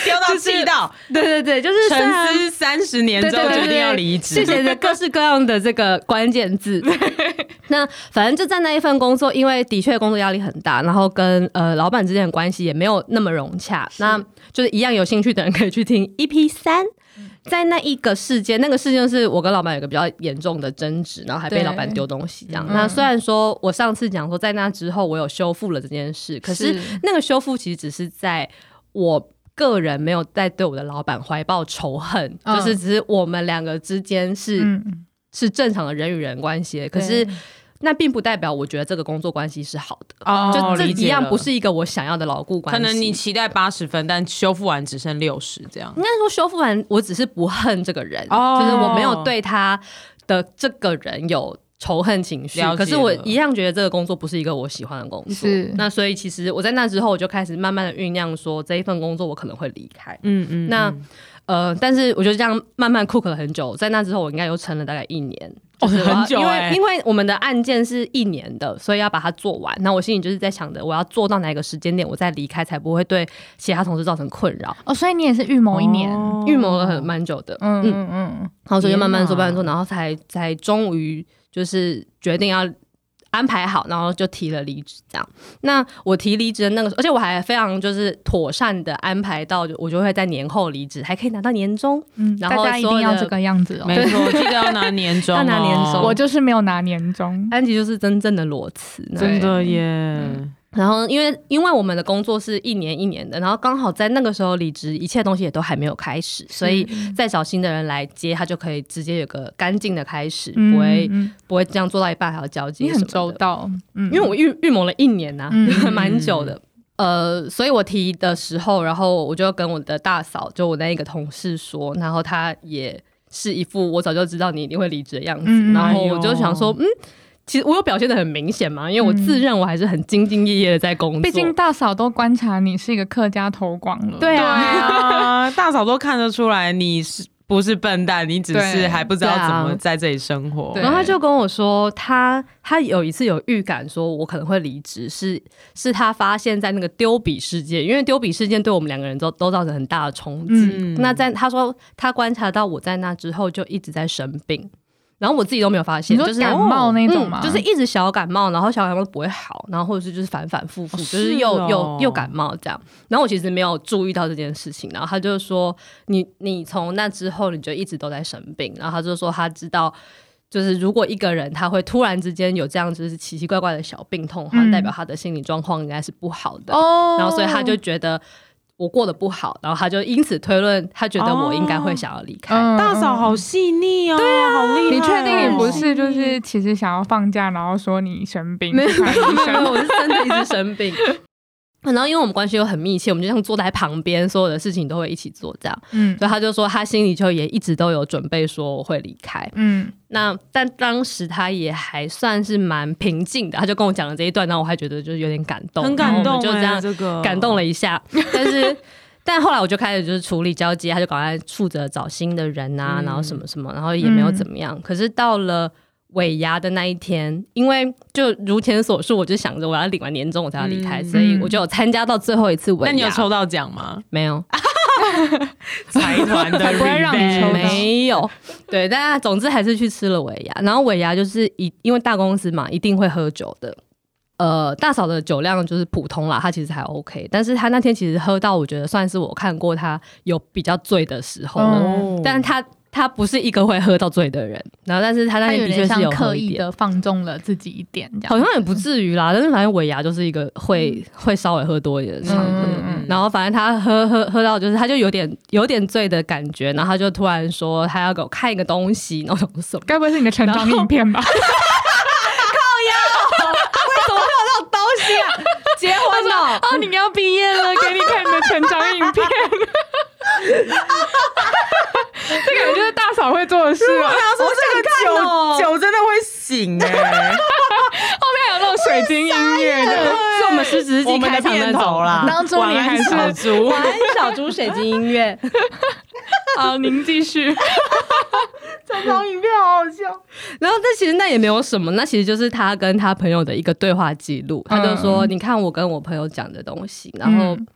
丢到气到，
对 对对，就是虽
沉
然
思三十年
对
之
对
后
对
决定
对
要离职
谢。谢的各式各样的这个关键字。 那反正就在那一份工作，因为的确工作压力很大，然后跟呃老板之间的关系也没有那么融洽。那就是一样有兴趣的人可以去听 EP 三。在那一个事件，那个事件是我跟老板有一个比较严重的争执，然后还被
对
老板丢东西这样。
嗯
那虽然说我上次讲说在那之后我有修复了这件事，可是那个修复其实只是在我个人没有在对我的老板怀抱仇恨，
嗯
就是只是我们两个之间是、
嗯，
是正常的人与人关系，可是那并不代表我觉得这个工作关系是好的，
哦
就这
理
一
解
样
了
不是一个我想要的牢固关
可
系。
能你期待八十分，但修复完只剩六十这样
应。该说修复完，我只是不恨这个人，
哦
就是我没有对他的这个人有。仇恨情绪
了解，了
可是我一样觉得这个工作不是一个我喜欢的工作
是。
那所以其实我在那之后，我就开始慢慢的酝酿，说这一份工作我可能会离开。
嗯嗯
那呃，但是我就这样慢慢 cook 了很久，在那之后我应该又撑了大概一年，就是我要、
很久
因
欸
为因为我们的案件是一年的，所以要把它做完。那我心里就是在想着，我要做到哪一个时间点，我再离开，才不会对其他同事造成困扰。
哦，所以你也是预谋一年，
哦
预谋了很蛮久的，
嗯
嗯嗯，
嗯嗯，
然后所以就慢慢做，
天哪
慢慢做，然后才才终于就是决定要安排好，然后就提了离职这样。那我提离职的那个时候，而且我还非常就是妥善的安排到，我就会在年后离职，还可以拿到年终。
嗯，
然
大
后
家一
所有
定要
的
这个样子哦。
没错，记得要拿年终哦，
要拿年终
我就是没有拿年终，
安吉就是真正的裸辞，那
真的耶。
然后因为因为我们的工作是一年一年的，然后刚好在那个时候离职，一切东西也都还没有开始，所以再找新的人来接，他就可以直接有个干净的开始，
嗯
不会
嗯
不会这样做到一半还要交接。
你很周，到，嗯，
因为我预预谋了一年呐、
嗯
蛮久的。呃，所以我提的时候，然后我就跟我的大嫂，就我那一个同事说，然后她也是一副我早就知道你一定会离职的样子，
嗯
然后我就想说，嗯，其实我有表现的很明显嘛，因为我自认我还是很兢兢业业的在工作，
毕竟大嫂都观察你是一个客家头广了，
对
对
啊，
啊，大嫂都看得出来你是不是笨蛋，你只是
对
还不知道
对
怎
啊
么在这里生活。
对
然后他就跟我说，他他有一次有预感，说我可能会离职，是是他发现在那个丢笔事件，因为丢笔事件对我们两个人都都造成很大的冲击。
嗯
那在他说他观察到我在那之后就一直在生病，然后我自己都没有发现，
你说
就是
感冒那种吗
嗯就是一直小感冒，然后小感冒不会好，然后或者是就是反反复复，
哦
就是
是
又、
哦
又又感冒这样。然后我其实没有注意到这件事情，然后他就说你你从那之后你就一直都在生病，然后他就说他知道。就是如果一个人他会突然之间有这样就是奇奇怪怪的小病痛的话，
嗯
代表他的心理状况应该是不好的。
哦
然后所以他就觉得我过得不好，然后他就因此推论，他觉得我应该会想要离开。
嗯
大嫂好细腻哦，对啊，好厉害哦！
你确定你不是就
细腻
是其实想要放假，然后说你生病？
没有
去看医
没
生
有没有，我是真的一直生病。 然后因为我们关系又很密切，我们就像坐在旁边，所有的事情都会一起做这样。
嗯
所以他就说他心里就也一直都有准备，说我会离开。
嗯，
那但当时他也还算是蛮平静的，他就跟我讲了这一段，然后我还觉得就是有点感动，
很感
然后
动
我们
欸，
就这样
这个
感动了一下， 但是。但后来我就开始就是处理交接，他就赶快处着找新的人啊，
嗯
然后什么什么，然后也没有怎么样。可是到了尾牙的那一天，因为就如前所述，我就想着我要领完年终我才要离开，
嗯
所以我就有参加到最后一次尾牙。
那你有抽到奖 吗？
没有？
财 团的
才不会让你抽
revenge
到
没有。对，但啊总之还是去吃了尾牙。然后尾牙就是一因为大公司嘛，一定会喝酒的。呃，大嫂的酒量就是普通啦，她其实还 OK，但是她那天其实喝到，我觉得算是我看过她有比较醉的时候了。
哦
但她她不是一个会喝到醉的人，然后但是她那
他
天
有
的
点
确是
像
有
刻
喝
意
一点，
的放纵了自己一点，这样
好像也不至于啦。但是反正尾牙就是一个会会稍微喝多一点的场合，
嗯嗯
然后反正他喝喝喝到就是他就有点有点醉的感觉，然后他就突然说他要给我看一个东西，然后我想说 什么？
该不会是你的成
然
长
后哦
影 片吧？
结婚了，
哦，你要毕业了，给你看你的成长影片。 这感觉就是大嫂会做的事啊，
他说这个酒、酒真的会 醒哎、
后面还有那种水晶音乐的。
是我们十指
我
记
们
开
的
场那
片头
种
啦，
当初你还是
晚安小猪
晚安小猪水晶音 乐，
好，您继续。
然后但其实那也没有什么，那其实就是他跟他朋友的一个对话记录。他就说：“你看我跟我朋友讲的东西。”然后、
嗯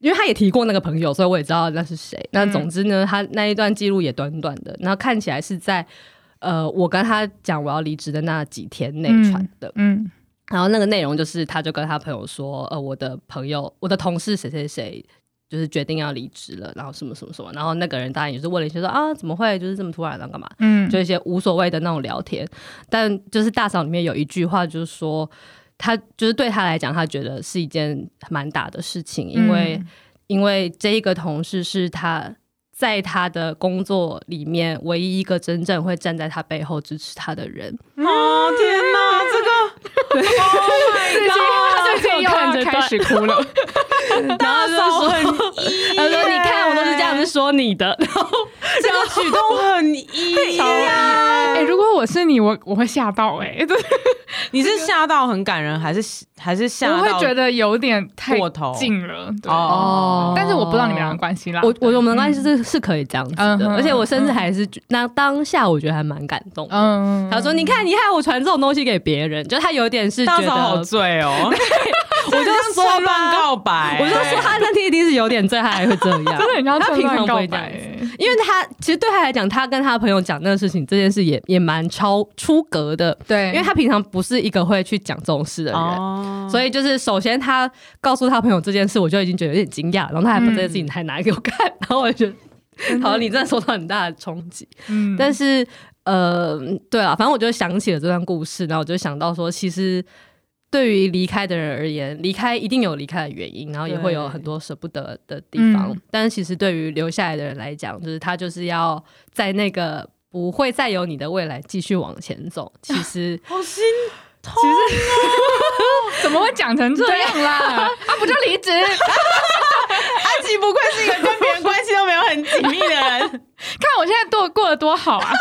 因为他也提过那个朋友，所以我也知道那是谁。那总之呢，他那一段记录也短短的，然后看起来是在呃我跟他讲我要离职的那几天内传的。
嗯
然后那个内容就是，他就跟他朋友说，呃，我的朋友，我的同事谁谁谁，就是决定要离职了，然后什么什么什么，然后那个人当然也是问了一些说啊，怎么会就是这么突然，啊然后干嘛，
嗯
就一些无所谓的那种聊天。但就是大嫂里面有一句话，就是说，他就是对他来讲，他觉得是一件蛮大的事情，因为、
嗯
因为这一个同事是他。在他的工作里面，唯一一个真正会站在他背后支持他的人，
哦天哪，这个
然后他就
最近
给
啊又
我看
要
着
开
段
始哭了，
然后
嫂
就
很
是说，
一
他说：“你看，我都是这样子说你的。”然后
这个举动很一呀、
哎，如果我是你，我我会吓到哎，真的
你是吓到很感人，还是还是吓
我
到？
会觉得有点太
过头
近了。对，
哦
但是我不知道你们俩的关系啦。
我我我们的关系是是可以这样子
嗯
的，
哼
而且我甚至还是觉那当下我觉得还蛮感动的。
嗯，
他说：“你看，你害我传这种东西给别人，就他有点是觉
大
得
嫂好醉哦，
我就
说
说
乱
吧，
告白，
我就说他那天一定是有点醉，他还会这样。
真的很像
他
趁
平
乱
常不
告
会这样
白
子，
欸，
因为他其实对他来讲，他跟他朋友讲那个事情，这件事也也蛮超出格的，
对，
嗯
因为他平常不是一个会去讲这种事的人。
哦，
所以就是，首先他告诉他朋友这件事，我就已经觉得有点惊讶，然后他还把这件事情还拿给我看，然后我就觉得，好，你真的受到很大的冲击。
嗯
但是，呃，
嗯
对了，反正我就想起了这段故事，然后我就想到说，其实对于离开的人而言，离开一定有离开的原因，然后也
对。
会有很多舍不得的地方。
嗯
但是其实对于留下来的人来讲，就是他就是要在那个不会再有你的未来继续往前走。其实
好心痛，
怎么会讲成这 样啦？啊，不就离职？看
阿吉不愧是一个跟别人关系都没有很紧密的 人，
我现在多过得多好啊！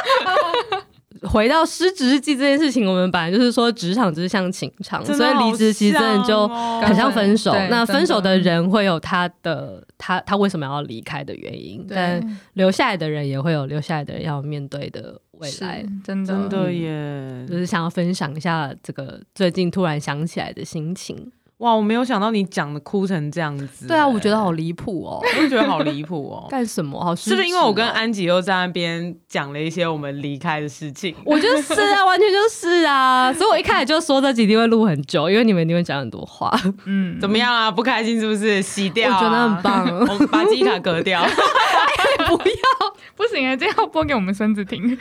回到失职日记这件事情，我们本来就是说职场就是像情场，
真
所
的好
以离职其实真的就
像哦
很像分手
对。
那
真的
分手的人会有他的他他为什么要离开的原因，但留下来的人也会有留下来的人要面对的未来
是。真的
真的耶
嗯就。是想要分享一下这个最近突然想起来的心情。
哇，我没有想到你讲的哭成这样子、
对啊，我觉得
好，
好离谱哦，
我就觉得好离谱哦。
干什么？好失
是不是因为我跟
职哦
安吉又在那边讲了一些我们离开的事情？
我就是啊，完全就是 啊，所以我一开始就说这几天会录很久，因为你们一定会讲很多 话。
嗯，
怎么样啊？不开心是不是？洗掉、啊
我觉得很。棒，
我们把记忆卡隔 掉啊！
不行
欸
啊，这要播给我们孙子听。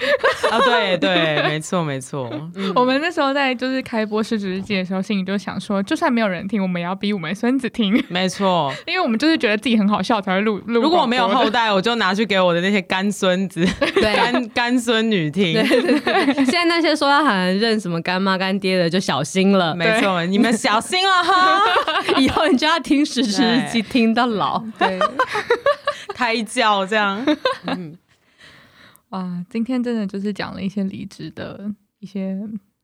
对对，没错没错，嗯
嗯
我们那时候在就是开播《失职日记》的时候，心里就想说，就算没有人听，我们也要逼我们孙子听，
没错。
因为我们就是觉得自己很好笑才会录录。
如果我没有 后，代，我就拿去给我的那些干孙 子、
对。
干干孙女听。
现在那些说要喊认什么干妈干爹的，就小心了。
没错，你们小心了哈！
以后你就要听《史诗日记》，听到老。
对，
胎教这样，
哇，今天真的就是讲了一些离职的一些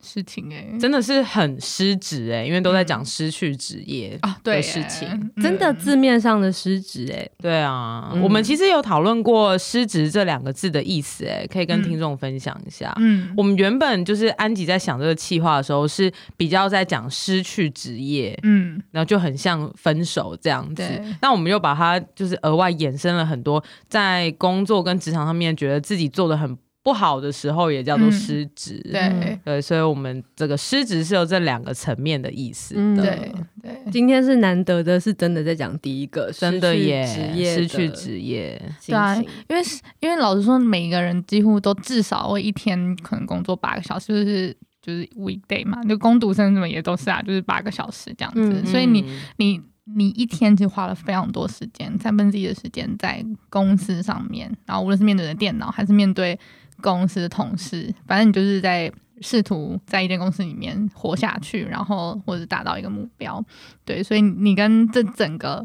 事情 哎、
真的是很失职哎、因为都在讲失去职业
啊，对耶
的事情。，
嗯
真的字面上的失职哎、
对啊，
嗯
我们其实有讨论过“失职”这两个字的意思、哎，可以跟
嗯
听众分享一下。
嗯
我们原本就是安吉在想这个企划的时候，是比较在讲失去职业，
嗯，
然后就很像分手这样子
对。
那我们又把它就是额外衍生了很多，在工作跟职场上面觉得自己做的很不好的时候，也叫做
嗯
失职。
对、
对，所以我们这个失职是有这两个层面的意思
嗯
的。
对对，
今天是难得的，是真的在讲第一个
嗯真的耶，
失去职业
失去
的
职业，
情形
对因为是因为老实说，每一个人几乎都至少会一天可能工作八个小时，就是就是 weekday 嘛，就工读生什么也都是啊，就是八个小时这样子，
嗯
所以你
嗯
你你一天就花了非常多时间，三分之一的时间在公司上面，然后无论是面对你的电脑还是面对公司的同事，反正你就是在试图在一间公司里面活下去，然后或者达到一个目标。对，所以你跟这整个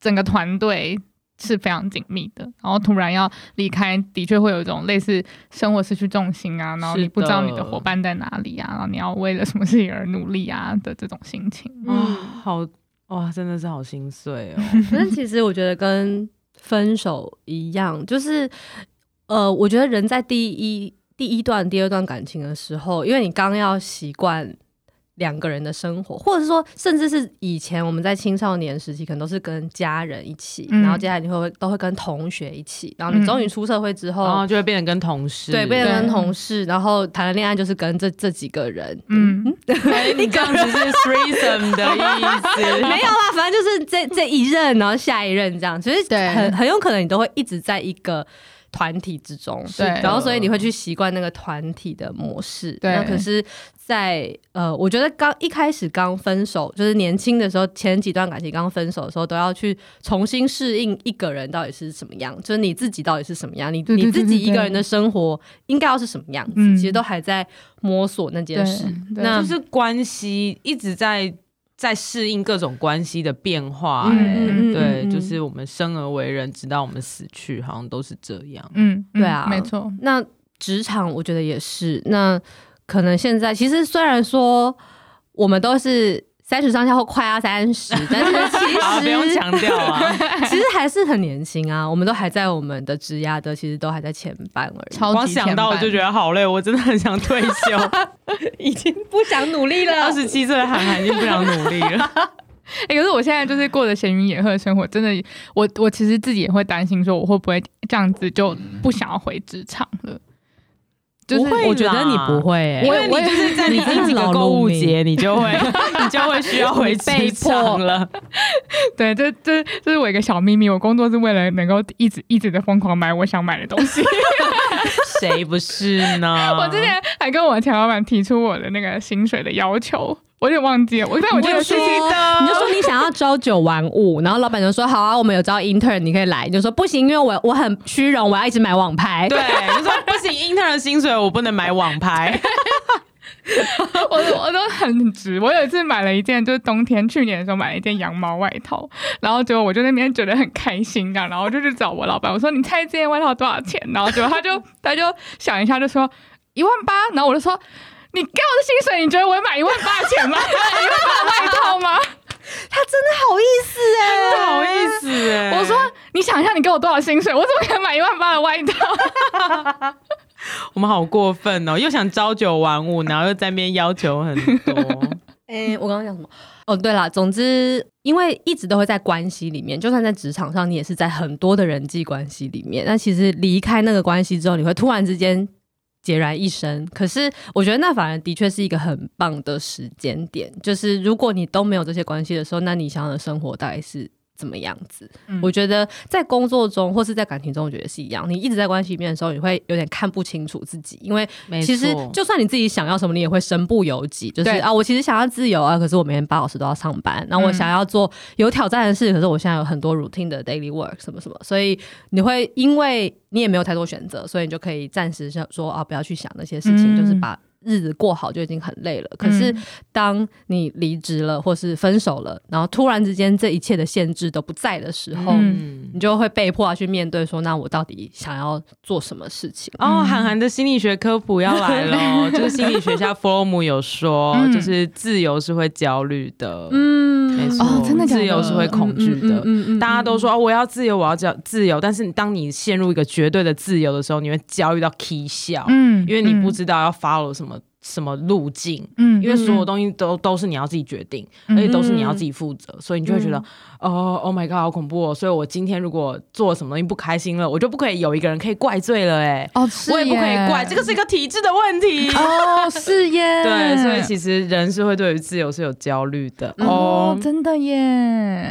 整个团队。是非常紧密的，然后突然要离开，的确会有一种类似生活失去重心啊，然后
是
你不知道
的
你的伙伴在哪里啊，然后你要为了什么事情而努力啊的这种心情。
嗯
啊，好哇，真的是好心 碎哦。
但其实我觉得跟分手一样，就是呃，我觉得人在第一第一段、第二段感情的时候，因为你刚要习惯。两个人的生活，或者说，甚至是以前我们在青少年时期，可能都是跟家人一起，
嗯
然后接下来你会都会跟同学一起，然后你
嗯
终于出社会之后，
然后就会变成跟同事，
哦对，变成跟
对
同事，然后谈了恋爱就是跟这这几个人，
嗯，
哎 你这样子是 threesome 的意思。
没有啦，反正就是这这一任，然后下一任这样，其实
对
很很有可能你都会一直在一个团体之中，
对
然后所以你会去习惯那个团体的模式。
对
那可是在，呃，我觉得刚一开始刚分手，就是年轻的时候，前几段感情刚分手的时候，都要去重新适应一个人到底是什么样，就是你自己到底是什么样，你
对对
你自己
对对
一个人的生活应该要是什么样子，
嗯
其实都还在摸索那
对
件事。
对
那
就是关系一直在在适应各种关系的变化、
嗯
哎
嗯
嗯
对，
嗯
就是我们生而为人，直到我们死去，好像都是这样。
嗯，嗯
对啊
没错，
那职场我觉得也是，那可能现在其实虽然说我们都是三十上下或快要三十，但是其
好，不用
实
强调 啊，
其实还是很年轻啊，我们都还在我们的职涯的，其实都还在前半而已。
超
光
级
想到我就觉
得，
得好累，我真的很想退休。
已经不想努力了
二十七岁的韩寒已经不想努力了，
哎、可是我现在就是过着闲云野鹤的生活，真的，我我其实自己也会担心，说我会不会这样子就不想要回职场了。就是
不会
我觉得你不会、欸，
因为你就是在你自己的购物节，你就会你就会需要回职场了。
对，这这这是我一个小秘密，我工作是为了能够一直一直的疯狂买我想买的东 西。
谁不是 呢？
我之前还跟我前老板提出我的那个薪水的要求，我有点忘记了，我但我记
就
得
说
是，
你就说你想要朝九晚五，然后老板就说好啊，我们有招 intern，你可以来。你就说不行，因为我我很虚荣，我要一直买网拍。
对，你说不行，intern 的薪水我不能买网拍，
我我都很直。我有一次买了一件，就是冬天去年的时候买了一件羊毛外套，然后结果我就那边觉得很开心啊，然后我就去找我老板，我说你猜这件外套多少钱？然后结果他就他就想一下就说一万八，然后我就说。你给我的薪水，你觉得我会买一万八的钱吗？ 一万八的外套吗？
好意思哎、
不好意思哎、
我说，你想一下，你给我多少薪水，我怎么可能买一万八的外套？
我们好过分哦，又想朝九晚五，然后又在那边要求很多。
哎、
诶、我刚刚讲什么？哦，对啦，总之，因为一直都会在关系里面，就算在职场上，你也是在很多的人际关系里面。那其实离开那个关系之后，你会突然之间孑然一身。可是我觉得那反而的确是一个很棒的时间点，就是如果你都没有这些关系的时候，那你想要的生活大概是。怎么样子？
嗯
我觉得在工作中或是在感情中，我觉得是一样。你一直在关系里面的时候，你会有点看不清楚自己，因为
没
其实
错
就算你自己想要什么，你也会身不由己。就是
对
啊，我其实想要自由啊，可是我每天八小时都要上班。然后我
嗯
想要做有挑战的事，可是我现在有很多 routine 的 daily work 什么什么，所以你会因为你也没有太多选择，所以你就可以暂时想说啊，不要去想那些事情，
嗯
就是把日子过好就已经很累了。
嗯
可是当你离职了或是分手了，然后突然之间这一切的限制都不在的时候。
嗯
你就会被迫要去面对，说那我到底想要做什么事情？
哦，韩寒的心理学科普要来了，就是心理学家弗洛姆有说，
嗯
就是自由是会焦虑的，
嗯
没错，
哦真的假的
自由是会恐惧的。
嗯
大家都说、哦、我要自由，我要自由自由，但是你当你陷入一个绝对的自由的时候，你会焦虑到 k 笑，
嗯
因为你不知道要 follow 什么什么路径，
嗯
因为所有东西都都是你要自己决定，
嗯
而且都是你要自己负责，所以你就会觉得，哦，Oh my god，好恐怖哦！所以我今天如果做什么东西不开心了，我就不可以有一个人可以怪罪了、哎、
哦，是
我也不可以
耶
怪，这个是一个体制的问题。
哦，是 耶，
对，所以其实人是会对于自由是有焦虑的、
哦
哦，，
真的耶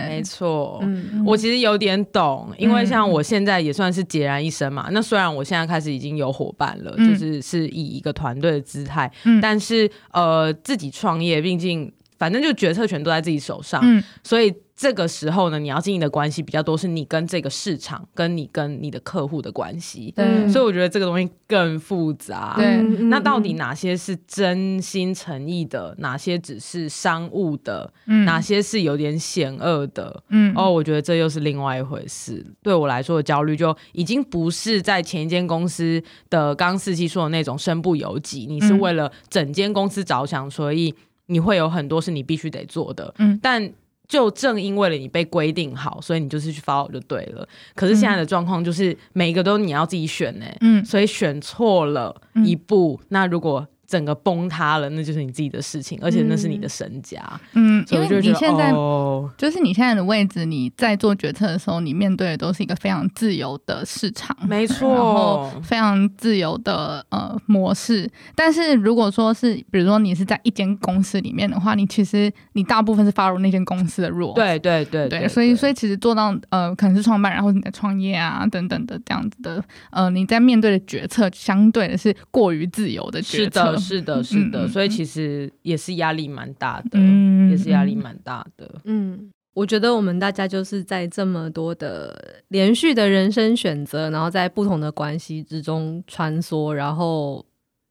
没，错，
嗯
我其实有点懂，因为像我现在也算是孑然一身嘛。那虽然我现在开始已经有伙伴了，
嗯
就是是以一个团队的姿态，
嗯
但是呃，自己创业，毕竟反正就决策权都在自己手上，
嗯
所以这个时候呢，你要经营的关系比较多是你跟这个市场，跟你跟你的客户的关系。
嗯
对
所以我觉得这个东西更复杂。
嗯对
那到底哪些是真心诚意的，哪些只是商务的，
嗯
哪些是有点险恶的？
嗯
哦，我觉得这又是另外一回事。对我来说的焦虑，就已经不是在前一间公司的刚刚四七说的那种身不由己，你是
嗯
为了整间公司着想，所以你会有很多是你必须得做的。
嗯
但就正因为了你被规定好，所以你就是去 follow 就对了。可是现在的状况就是，每一个都你要自己选呢、
嗯
所以选错了
嗯
一步，那如果整个崩塌了，那就是你自己的事情，而且那是你的身家。
嗯，
所
因
以
为
我就觉
你
得
现在
哦
就是你现在的位置，你在做决策的时候，你面对的都是一个非常自由的市场，
没
嗯然后
错，
非常自由的呃模式。但是如果说是，比如说你是在一间公司里面的话，你其实你大部分是 follow 那间公司的 rule，
对对对
对，所以所
以
以其实做到呃，可能是创办人，或者你在创业啊等等的这样子的，呃，你在面对的决策相对的是过于自由的
是
决
的，
策，
是的，是
嗯嗯
的，
嗯
所以其实也是压力蛮大的，
嗯
也是压力蛮大的。
嗯，我觉得我们大家就是在这么多的连续的人生选择，然后在不同的关系之中穿梭，然后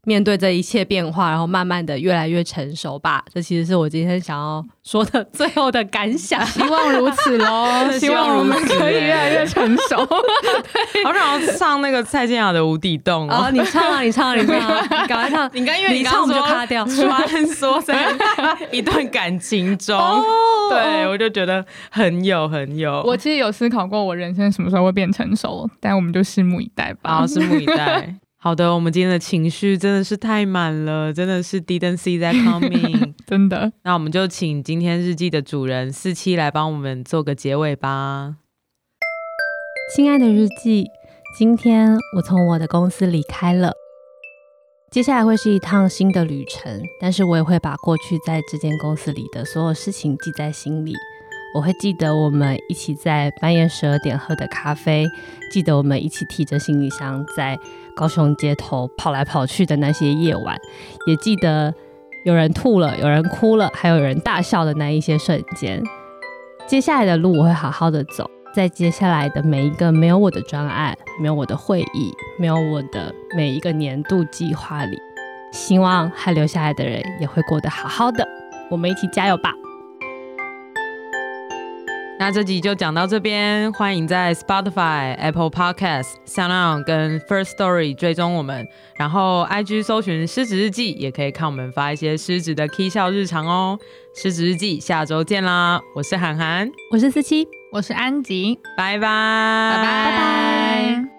面对这一切变化，然后慢慢的越来越成熟吧。这其实是我今天想要说的最后的感 想。
希望如此
哦
喽，希望我们可以越来越成熟。
欸好想要上那个蔡健雅的《无底洞》
啊、
哦。
你唱啊，你唱啊，你唱啊，你赶快唱！
你刚因为
你
刚
唱我
刚
们就
说
卡掉
穿梭在一段感情 中，对我就觉得很有很有。
嗯我其实有思考过，我人生什么时候会变成熟，但我们就拭目以待吧
好，。啊拭目以待。 好的，我们今天的情绪真的是太满了，真的是 didn't see that coming。
真的，
那我们就请今天日记的主人四七来帮我们做个结尾吧。
亲爱的日记，今天我从我的公司离开了，接下来会是一趟新的旅程，但是我也会把过去在这间公司里的所有事情记在心里。我会记得我们一起在半夜十二点喝的咖啡，记得我们一起提着行李箱在高雄街头跑来跑去的那些夜晚，也记得有人吐了、有人哭了，还有人大笑的那一些瞬间。接下来的路我会好好的走，在接下来的每一个没有我的专案、没有我的会议、没有我的每一个年度计划里，希望还留下来的人也会过得好好的。我们一起加油吧！
那这集就讲到这边，欢迎在 Spotify、Apple Podcast、Sound On 跟 First Story 追踪我们，然后 IG 搜寻“失职日记”，也可以看我们发一些失职的 K 笑日常哦。失职日记，下周见啦！我是涵涵，
我是思琪，
我是安吉，
拜拜，拜
拜拜。